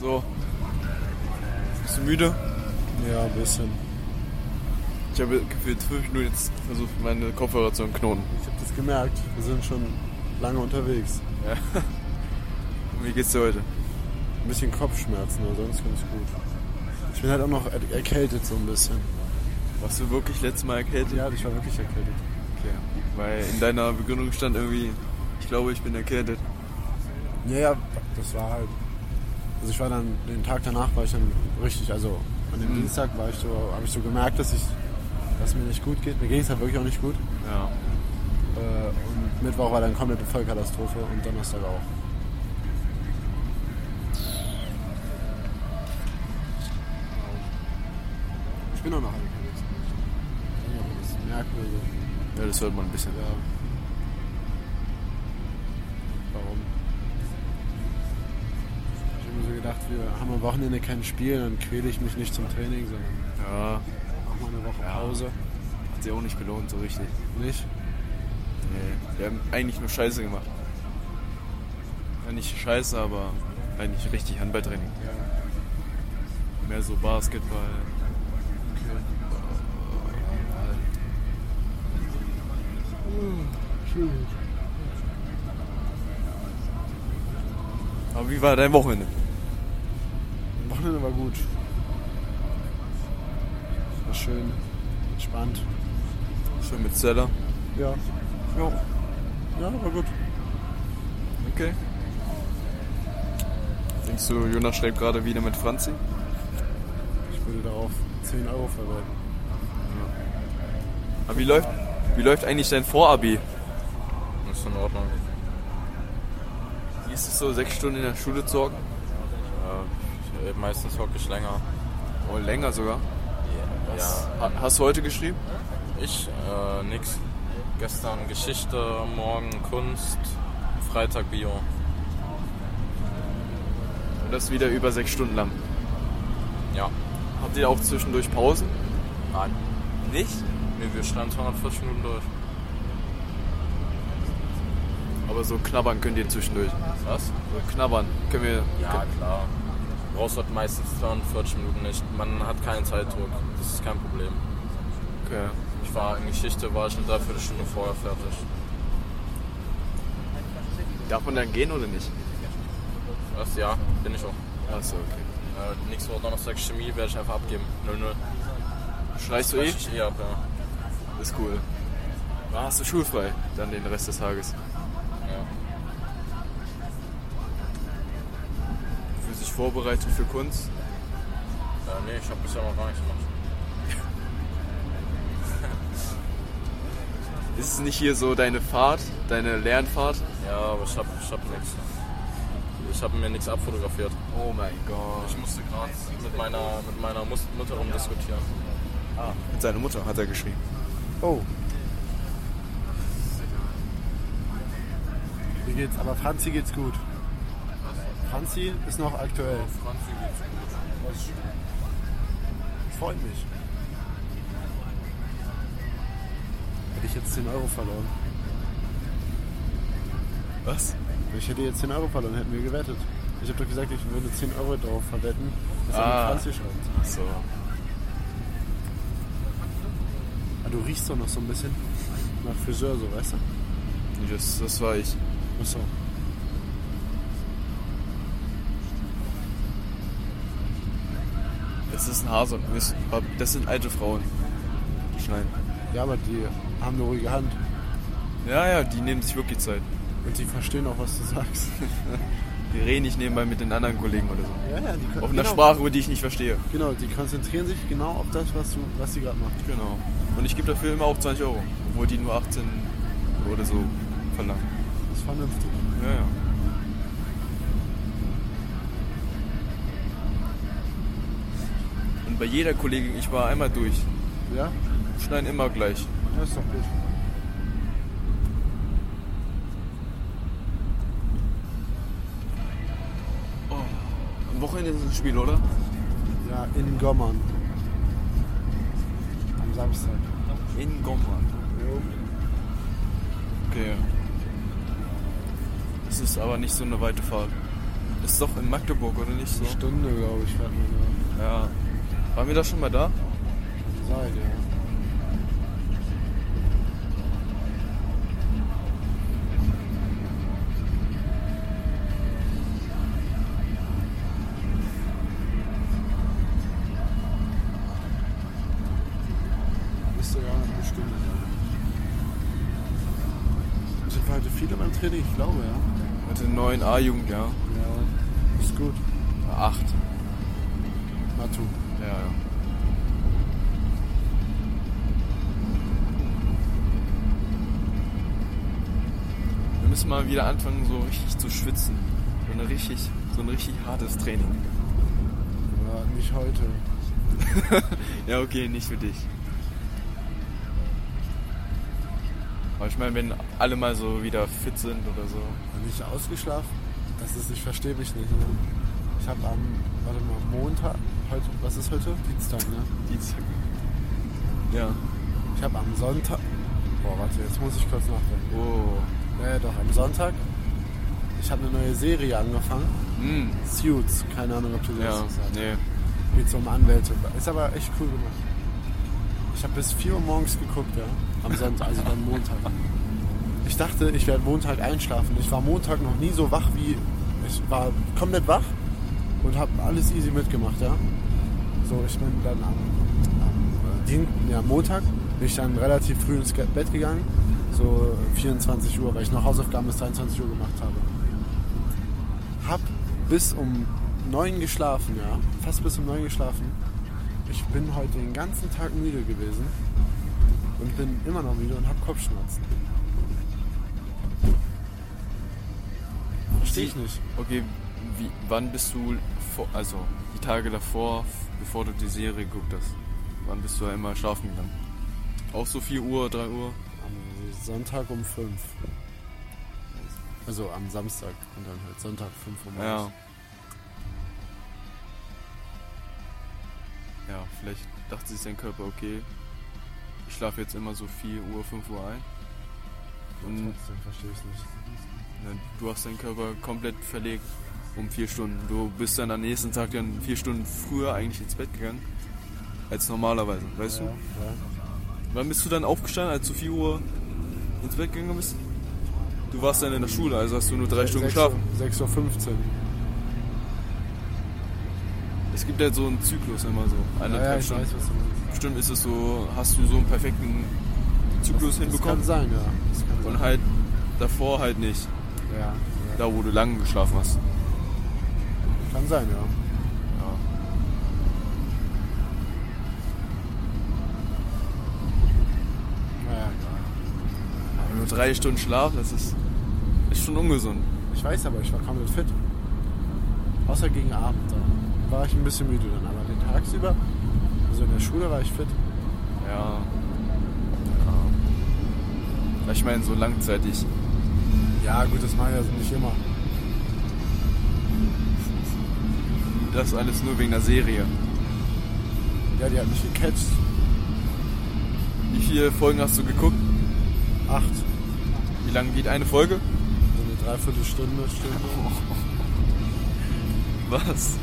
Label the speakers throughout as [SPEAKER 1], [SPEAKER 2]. [SPEAKER 1] So. Bist du müde?
[SPEAKER 2] Ja, ein bisschen.
[SPEAKER 1] Ich habe gefühlt fünf Minuten jetzt versucht, meine Kopfhörer zu entknoten.
[SPEAKER 2] Ich habe das gemerkt. Wir sind schon lange unterwegs.
[SPEAKER 1] Ja. Und wie geht's dir heute?
[SPEAKER 2] Ein bisschen Kopfschmerzen, aber sonst ganz gut. Ich bin halt auch noch er- erkältet so ein bisschen.
[SPEAKER 1] Warst du wirklich letztes Mal erkältet?
[SPEAKER 2] Ja, ich war wirklich erkältet.
[SPEAKER 1] Okay. Weil in deiner Begründung stand irgendwie, ich glaube, ich bin erkältet.
[SPEAKER 2] Ja, ja, das war halt. Also ich war dann, den Tag danach war ich dann richtig, also an dem Dienstag war ich so, habe ich so gemerkt, dass ich, dass mir nicht gut geht. Mir ging es halt wirklich auch nicht gut.
[SPEAKER 1] Ja.
[SPEAKER 2] Äh, und Mittwoch war dann komplette Vollkatastrophe und Donnerstag auch. Ich bin auch noch angekündigt. Das ist merkwürdig.
[SPEAKER 1] Ja, das hört man ein bisschen.
[SPEAKER 2] Ja. Warum? Ich habe mir so gedacht, wir haben am Wochenende kein Spiel, dann quäle ich mich nicht zum Training, sondern
[SPEAKER 1] Ja.
[SPEAKER 2] mach mal eine Woche
[SPEAKER 1] Ja.
[SPEAKER 2] Pause.
[SPEAKER 1] Hat sich auch nicht gelohnt, so richtig.
[SPEAKER 2] Nicht?
[SPEAKER 1] Nee. Wir haben eigentlich nur Scheiße gemacht. Ja, nicht Scheiße, aber eigentlich richtig Handballtraining.
[SPEAKER 2] Ja.
[SPEAKER 1] Mehr so Basketball.
[SPEAKER 2] Okay. Hm,
[SPEAKER 1] Aber wie war dein Wochenende?
[SPEAKER 2] Wochenende war gut. War schön, entspannt.
[SPEAKER 1] Schön mit Zeller.
[SPEAKER 2] Ja.
[SPEAKER 1] Ja.
[SPEAKER 2] Ja, war gut.
[SPEAKER 1] Okay. Denkst du, Jonas schreibt gerade wieder mit Franzi?
[SPEAKER 2] Ich würde darauf 10 Euro verwenden.
[SPEAKER 1] Aber wie läuft, wie läuft eigentlich dein Vorabi?
[SPEAKER 3] Ist in Ordnung.
[SPEAKER 1] Wie ist es so, sechs Stunden in der Schule zu hocken?
[SPEAKER 3] Äh, meistens hocke ich länger.
[SPEAKER 1] Oh, länger sogar.
[SPEAKER 3] Ja.
[SPEAKER 1] Ha- Hast du heute geschrieben?
[SPEAKER 3] Ich? Äh, nix. Gestern Geschichte, morgen Kunst, Freitag Bio.
[SPEAKER 1] Und das wieder über sechs Stunden lang.
[SPEAKER 3] Ja.
[SPEAKER 1] Habt ihr auch zwischendurch Pausen?
[SPEAKER 3] Nein.
[SPEAKER 1] Nicht.
[SPEAKER 3] Nee, wir schreiben 240 Minuten durch.
[SPEAKER 1] Aber so knabbern könnt ihr zwischendurch.
[SPEAKER 3] Was?
[SPEAKER 1] So knabbern können wir.
[SPEAKER 3] Ja, klar. Du brauchst halt meistens 42 Minuten nicht. Man hat keinen Zeitdruck. Das ist kein Problem.
[SPEAKER 1] Okay.
[SPEAKER 3] Ich war in Geschichte, war ich eine Dreiviertelstunde vorher fertig.
[SPEAKER 1] Darf man dann gehen oder nicht?
[SPEAKER 3] Was? Ja, bin ich auch.
[SPEAKER 1] Achso, okay.
[SPEAKER 3] Äh, nächste Woche Donnerstag Chemie werde ich einfach abgeben. 0-0.
[SPEAKER 1] Schreist du eh?
[SPEAKER 3] ich eh ab, ja.
[SPEAKER 1] Ist cool. Dann hast du schulfrei dann den Rest des Tages.
[SPEAKER 3] ja.
[SPEAKER 1] Für sich vorbereitet für Kunst.
[SPEAKER 3] Äh, nee, ich habe bisher noch gar nichts gemacht.
[SPEAKER 1] Ist es nicht hier so deine Fahrt, deine Lernfahrt?
[SPEAKER 3] Ja, aber ich hab, ich hab nix. Ich hab mir nichts abfotografiert.
[SPEAKER 1] Oh mein Gott.
[SPEAKER 3] Ich musste gerade mit meiner, mit meiner Mus- Mutter rumdiskutieren.
[SPEAKER 1] Mit seiner Mutter hat er geschrieben.
[SPEAKER 2] Oh. Wie geht's? Aber Franzi geht's gut. Franzi ist noch aktuell.
[SPEAKER 3] Franzi geht's
[SPEAKER 2] Freut mich. Hätte ich jetzt 10 Euro verloren.
[SPEAKER 1] Was?
[SPEAKER 2] Ich hätte jetzt 10 Euro verloren, hätten wir gewettet. Ich habe doch gesagt, ich würde 10 Euro drauf verwetten, dass er
[SPEAKER 1] Ah.
[SPEAKER 2] mit Franzi schreibt.
[SPEAKER 1] So.
[SPEAKER 2] Ah, du riechst doch noch so ein bisschen nach Friseur, so weißt du?
[SPEAKER 1] Nee, Das, das war ich.
[SPEAKER 2] Achso.
[SPEAKER 1] Das ist ein Hasen. Das sind alte Frauen. Die schneiden.
[SPEAKER 2] Ja, aber die haben eine ruhige Hand
[SPEAKER 1] Ja, ja, die nehmen sich wirklich Zeit.
[SPEAKER 2] und die verstehen auch, was du sagst.
[SPEAKER 1] Die reden nicht nebenbei mit den anderen Kollegen oder so.
[SPEAKER 2] Ja, ja, die können-
[SPEAKER 1] Auf einer
[SPEAKER 2] genau.
[SPEAKER 1] Sprache, die ich nicht verstehe.
[SPEAKER 2] Genau, die konzentrieren sich genau auf das, was, du, was sie gerade machen.
[SPEAKER 1] Genau. Und ich gebe dafür immer auch 20 Euro. Obwohl die nur 18 oder so verlangen.
[SPEAKER 2] Das ist vernünftig.
[SPEAKER 1] Ja, ja. Und bei jeder Kollegin, ich war einmal durch.
[SPEAKER 2] Ja?
[SPEAKER 1] Schneiden immer gleich.
[SPEAKER 2] Das ist doch gut.
[SPEAKER 1] Oh, Am Wochenende ist ein Spiel, oder?
[SPEAKER 2] Ja, in Gommern. Am Samstag.
[SPEAKER 1] In Gommern.
[SPEAKER 2] Jo.
[SPEAKER 1] Okay. Es ist aber nicht so eine weite Fahrt. Ist doch in Magdeburg, oder nicht so?
[SPEAKER 2] Eine Stunde, glaube ich, fährt man
[SPEAKER 1] Ja. Waren wir da schon mal da?
[SPEAKER 2] da. Seid, ja. Müsste ja Also, eine Stunde sein. Sind wir heute viele beim Training? Ich glaube, ja.
[SPEAKER 1] Mit den neuen A-Jugend, ja.
[SPEAKER 2] Ja. Ist gut.
[SPEAKER 1] Acht.
[SPEAKER 2] Matu.
[SPEAKER 1] Ja, ja. Wir müssen mal wieder anfangen, so richtig zu schwitzen. So, eine richtig, so ein richtig hartes Training.
[SPEAKER 2] Ja, nicht heute.
[SPEAKER 1] Ja, okay, nicht für dich. Aber ich meine, wenn alle mal so wieder fit sind oder so.
[SPEAKER 2] Nicht ausgeschlafen? Das ist, ich verstehe mich nicht. Ne? Ich habe am, warte mal, Montag, heute, was ist heute? Dienstag, ne?
[SPEAKER 1] Dienstag. Ja.
[SPEAKER 2] Ich habe am Sonntag, boah, warte, jetzt muss ich kurz nachdenken.
[SPEAKER 1] Oh.
[SPEAKER 2] Ja, ja, doch, am Sonntag, ich habe eine neue Serie angefangen.
[SPEAKER 1] Hm. halt
[SPEAKER 2] Suits, keine Ahnung, ob du das
[SPEAKER 1] Ja,
[SPEAKER 2] hast.
[SPEAKER 1] nee.
[SPEAKER 2] Geht so um Anwälte. Ist aber echt cool gemacht. Ich habe bis 4 Uhr morgens geguckt, ja. Am Sonntag, also am Montag. Ich dachte, ich werde Montag einschlafen. Ich war Montag noch nie so wach wie. Ich war komplett wach und habe alles easy mitgemacht, ja. So, ich bin dann am, am äh, Dien ja, Montag bin ich dann relativ früh ins Ge- Bett gegangen, so 24 Uhr, weil ich noch Hausaufgaben bis 23 Uhr gemacht habe. Hab bis um 9 geschlafen, ja, fast bis um 9 geschlafen. Ich bin heute den ganzen Tag müde gewesen und bin immer noch müde und hab Kopfschmerzen. Verstehe ich nicht.
[SPEAKER 1] Okay, wie, wann bist du, vor, also die Tage davor, f- bevor du die Serie geguckt hast, wann bist du ja immer schlafen gegangen? Auch so 4 Uhr, 3 Uhr?
[SPEAKER 2] Am Sonntag um 5. Also am Samstag und dann halt Sonntag 5 Uhr
[SPEAKER 1] Ja.
[SPEAKER 2] morgens.
[SPEAKER 1] Ja, vielleicht dachte sich dein Körper, okay, ich schlafe jetzt immer so 4 Uhr, 5 Uhr ein. Und
[SPEAKER 2] Trotzdem verstehe ich nicht.
[SPEAKER 1] na, du hast deinen Körper komplett verlegt um 4 Stunden. Du bist dann am nächsten Tag dann 4 Stunden früher eigentlich ins Bett gegangen als normalerweise, weißt
[SPEAKER 2] Ja,
[SPEAKER 1] du?
[SPEAKER 2] ja.
[SPEAKER 1] Wann bist du dann aufgestanden, als du 4 Uhr ins Bett gegangen bist? Du warst dann in der Schule, also hast du nur drei Stunden geschlafen.
[SPEAKER 2] 6 Uhr 15.
[SPEAKER 1] Es gibt halt so einen Zyklus immer so.
[SPEAKER 2] Ja, ja,
[SPEAKER 1] Eineinhalb
[SPEAKER 2] ich
[SPEAKER 1] Stunden.
[SPEAKER 2] weiß, was du meinst.
[SPEAKER 1] Bestimmt ist es so, hast du so einen perfekten Zyklus
[SPEAKER 2] Das kann
[SPEAKER 1] hinbekommen
[SPEAKER 2] sein, ja. Das kann sein.
[SPEAKER 1] und halt davor halt nicht.
[SPEAKER 2] ja, ja.
[SPEAKER 1] Da, wo du lang geschlafen hast.
[SPEAKER 2] Kann sein, ja.
[SPEAKER 1] Ja.
[SPEAKER 2] Naja, egal.
[SPEAKER 1] Aber nur drei Stunden Schlaf, das ist, ist schon ungesund.
[SPEAKER 2] Ich weiß aber, ich war komplett fit. Außer gegen Abend, da war ich ein bisschen müde dann. Aber den tagsüber, also in der Schule war ich fit.
[SPEAKER 1] Ja. ja. Ich meine, so langzeitig.
[SPEAKER 2] Ja, gut, das mache ich also nicht immer.
[SPEAKER 1] Das alles nur wegen der Serie.
[SPEAKER 2] Ja, die hat mich gecatcht.
[SPEAKER 1] Wie viele Folgen hast du geguckt?
[SPEAKER 2] Acht.
[SPEAKER 1] Wie lange geht eine Folge?
[SPEAKER 2] So eine Dreiviertelstunde, Stunde.
[SPEAKER 1] Was?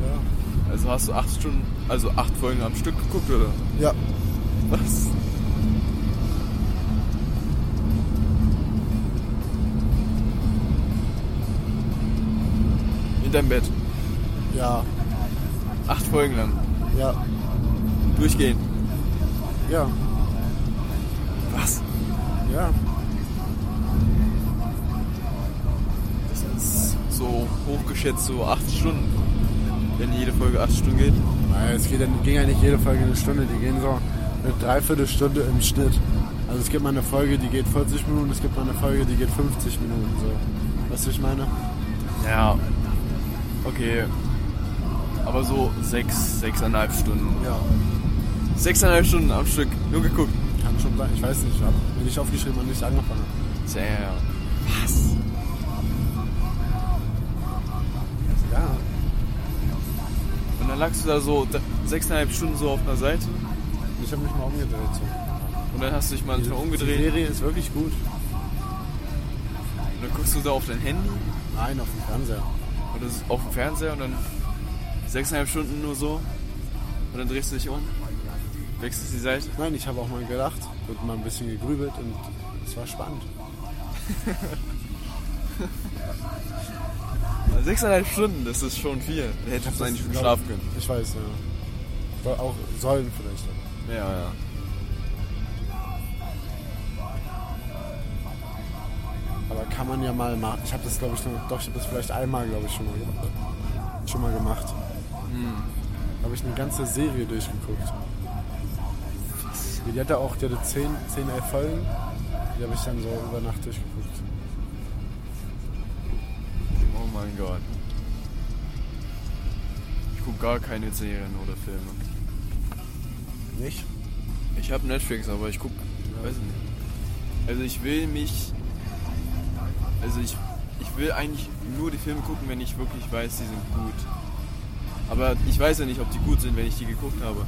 [SPEAKER 2] Ja.
[SPEAKER 1] Also hast du acht Stunden, also acht Folgen am Stück geguckt, oder?
[SPEAKER 2] Ja,
[SPEAKER 1] Was? In deinem Bett.
[SPEAKER 2] ja,
[SPEAKER 1] Acht Folgen lang.
[SPEAKER 2] ja,
[SPEAKER 1] Durchgehen.
[SPEAKER 2] ja,
[SPEAKER 1] Was?
[SPEAKER 2] ja.
[SPEAKER 1] Das ist so hochgeschätzt, so acht Stunden. Wenn jede Folge acht Stunden geht.
[SPEAKER 2] Naja, es geht, ja- ging ja nicht jede Folge eine Stunde, die gehen so eine Dreiviertelstunde im Schnitt. Also es gibt mal eine Folge, die geht 40 Minuten, es gibt mal eine Folge, die geht 50 Minuten. So. Weißt du, was ich meine?
[SPEAKER 1] Ja. Okay. Aber so sechs, sechseinhalb Stunden.
[SPEAKER 2] Ja,
[SPEAKER 1] Sechseinhalb Stunden am Stück. Nur geguckt.
[SPEAKER 2] kann schon sein. Ich weiß nicht, ich habe mir nicht aufgeschrieben und nicht angefangen.
[SPEAKER 1] Sehr.
[SPEAKER 2] Ja,
[SPEAKER 1] Und dann lagst du da so d- sechseinhalb Stunden so auf einer Seite.
[SPEAKER 2] ich habe mich mal umgedreht. So.
[SPEAKER 1] Und dann hast du dich mal
[SPEAKER 2] Die-
[SPEAKER 1] umgedreht.
[SPEAKER 2] Die Serie ist wirklich gut.
[SPEAKER 1] Und dann guckst du da auf dein Handy.
[SPEAKER 2] Nein, auf dem Fernseher.
[SPEAKER 1] Und das ist auf dem Fernseher und dann sechseinhalb Stunden nur so. Und dann drehst du dich um, wechselst die Seite.
[SPEAKER 2] Nein, ich habe auch mal gedacht und mal ein bisschen gegrübelt und es war spannend.
[SPEAKER 1] Also Sechseinhalb Stunden, das ist schon viel. Da hätte ich eigentlich schon schlafen können.
[SPEAKER 2] Ich weiß, ja. Soll- Auch sollen vielleicht.
[SPEAKER 1] Ja, ja.
[SPEAKER 2] Aber kann man ja mal machen. Ich habe das, glaube ich, nur, doch, ich habe das vielleicht einmal, glaube ich, schon mal gemacht. Schon mal gemacht.
[SPEAKER 1] Hm.
[SPEAKER 2] Habe ich eine ganze Serie durchgeguckt. Die hatte auch, die hatte 10, 10 elf Folgen. Die habe ich dann so über Nacht durchgeguckt.
[SPEAKER 1] Oh mein Gott. Ich gucke gar keine Serien oder Filme.
[SPEAKER 2] Nicht?
[SPEAKER 1] Ich habe Netflix, aber ich gucke, weiß nicht. Also ich will mich, also ich, ich will eigentlich nur die Filme gucken, wenn ich wirklich weiß, die sind gut. Aber ich weiß ja nicht, ob die gut sind, wenn ich die geguckt habe.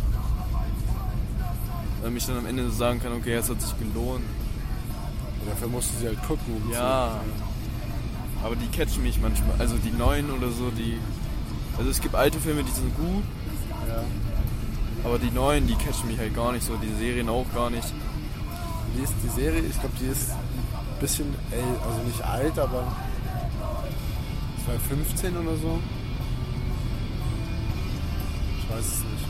[SPEAKER 1] Damit ich dann am Ende so sagen kann, okay, es hat sich gelohnt.
[SPEAKER 2] Dafür musst du sie halt gucken. um
[SPEAKER 1] Ja. Aber die catchen mich manchmal. Also die neuen oder so, die. Also es gibt alte Filme, die sind gut,
[SPEAKER 2] zu- Ja.
[SPEAKER 1] aber die neuen, die catchen mich halt gar nicht so. Die Serien auch gar nicht.
[SPEAKER 2] Die ist die Serie, ich glaube, die ist ein bisschen, el- also nicht alt, aber 2015 oder so. Ich weiß es nicht.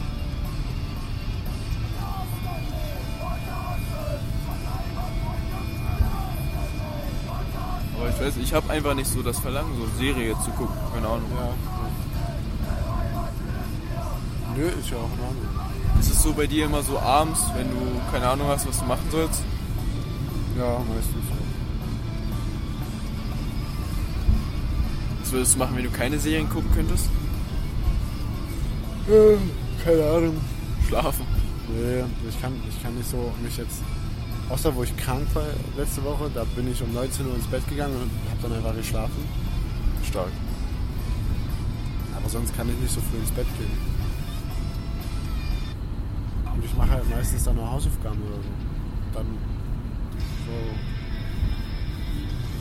[SPEAKER 1] Aber ich weiß, ich habe einfach nicht so das Verlangen, so Serie zu gucken. Keine Ahnung.
[SPEAKER 2] Ja. Nö, ist ja auch in Ordnung.
[SPEAKER 1] Ist es so bei dir immer so abends, wenn du keine Ahnung hast, was du machen sollst?
[SPEAKER 2] Ja, meistens. schon.
[SPEAKER 1] Was würdest du machen, wenn du keine Serien gucken könntest?
[SPEAKER 2] Ähm, keine Ahnung.
[SPEAKER 1] Schlafen.
[SPEAKER 2] Nee, ich kann, ich kann nicht so mich jetzt. Außer wo ich krank war letzte Woche, da bin ich um 19 Uhr ins Bett gegangen und habe dann einfach geschlafen.
[SPEAKER 1] Stark.
[SPEAKER 2] Aber sonst kann ich nicht so früh ins Bett gehen. Und ich mache halt meistens dann nur Hausaufgaben oder so. Dann so.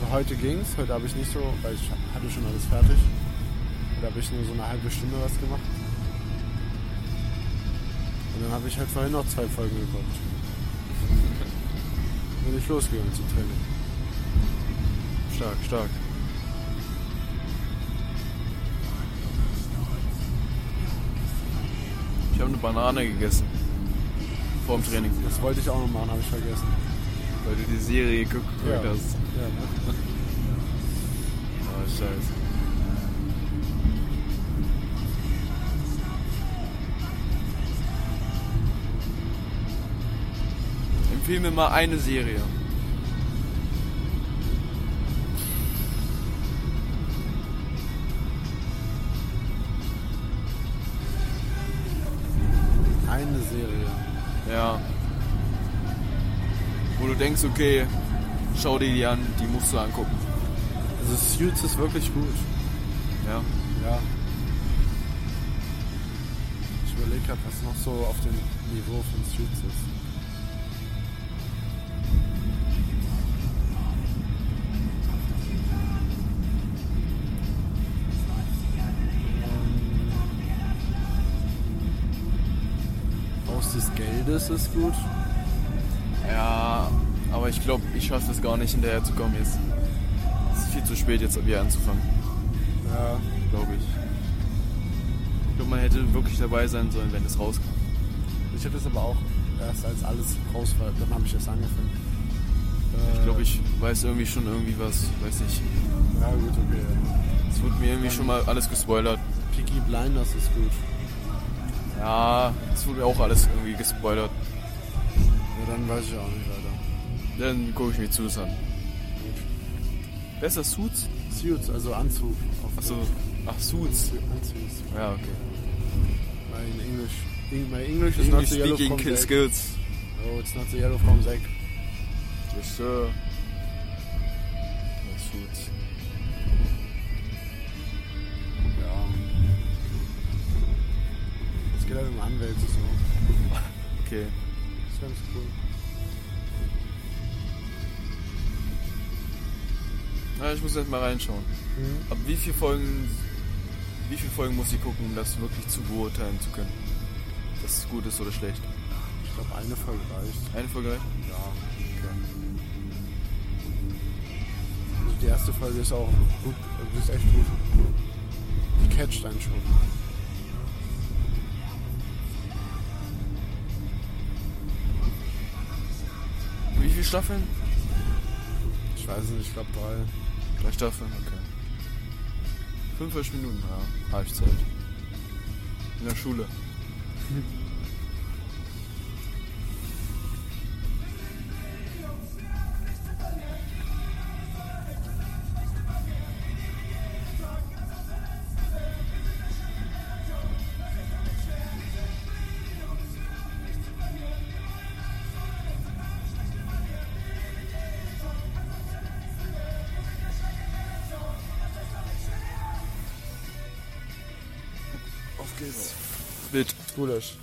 [SPEAKER 2] Also heute ging's, heute habe ich nicht so, weil ich hatte schon alles fertig. Da habe ich nur so eine halbe Stunde was gemacht. Und dann habe ich halt vorhin noch zwei Folgen geguckt. Bin ich losgegangen zum Training.
[SPEAKER 1] Stark, stark. Ich habe eine Banane gegessen. Vor dem Training.
[SPEAKER 2] Das wollte ich auch noch machen, habe ich vergessen.
[SPEAKER 1] Weil du die Serie geguckt hast.
[SPEAKER 2] ja ne?
[SPEAKER 1] Oh, scheiße. Empfehl mir mal eine Serie.
[SPEAKER 2] Eine Serie.
[SPEAKER 1] Ja. Wo du denkst, okay, schau dir die an, die musst du angucken.
[SPEAKER 2] Also Suits ist wirklich gut.
[SPEAKER 1] Ja.
[SPEAKER 2] Ja. Ich überlege gerade, was noch so auf dem Niveau von Suits ist. Ähm. Haus des Geldes ist gut.
[SPEAKER 1] Ja, aber ich glaube, ich schaffe es gar nicht hinterherzukommen jetzt. Es ist viel zu spät, jetzt wieder anzufangen,
[SPEAKER 2] Ja.
[SPEAKER 1] glaube ich. Ich glaube, man hätte wirklich dabei sein sollen, wenn es rauskam.
[SPEAKER 2] Ich habe das aber auch erst als alles raus war, dann habe ich erst angefangen.
[SPEAKER 1] Ich glaube, ich weiß irgendwie schon irgendwie was, weiß nicht.
[SPEAKER 2] Ähm, Ja gut, okay. ja.
[SPEAKER 1] Es wurde mir irgendwie schon mal alles gespoilert.
[SPEAKER 2] Peaky Blinders ist gut.
[SPEAKER 1] Ja, es wurde mir auch alles irgendwie gespoilert.
[SPEAKER 2] Ja, dann weiß ich auch nicht weiter.
[SPEAKER 1] Dann gucke ich mir Suits an. Besser Suits?
[SPEAKER 2] Suits, also Anzug. Auf
[SPEAKER 1] Achso, ach Suits.
[SPEAKER 2] Anzug. Anzugs.
[SPEAKER 1] Ja, okay.
[SPEAKER 2] My English. My English is not
[SPEAKER 1] English
[SPEAKER 2] the yellow
[SPEAKER 1] speaking
[SPEAKER 2] from
[SPEAKER 1] kill
[SPEAKER 2] Zack.
[SPEAKER 1] skills.
[SPEAKER 2] Oh, it's not the yellow from Zack.
[SPEAKER 1] Yes, sir. Ja, Suits.
[SPEAKER 2] Ja. ähm. Es geht halt um Anwälte so.
[SPEAKER 1] Okay.
[SPEAKER 2] Das ist ganz cool.
[SPEAKER 1] Na, ich muss jetzt mal reinschauen. Ab wie vielen Folgen wie viele Folgen muss ich gucken, um das wirklich zu beurteilen zu können? Dass es gut ist oder schlecht.
[SPEAKER 2] Ich glaube, eine Folge reicht.
[SPEAKER 1] Eine Folge reicht?
[SPEAKER 2] Ja, okay. Also die erste Folge ist auch gut, also die ist echt gut. Die catcht einen schon.
[SPEAKER 1] Wie viele Staffeln?
[SPEAKER 2] Ich weiß nicht, ich glaube drei.
[SPEAKER 1] Drei Staffeln, okay. 45 Minuten, ja. Habe ich Zeit. In der Schule.
[SPEAKER 2] Auf geht's.
[SPEAKER 1] Wild.
[SPEAKER 2] Gulasch.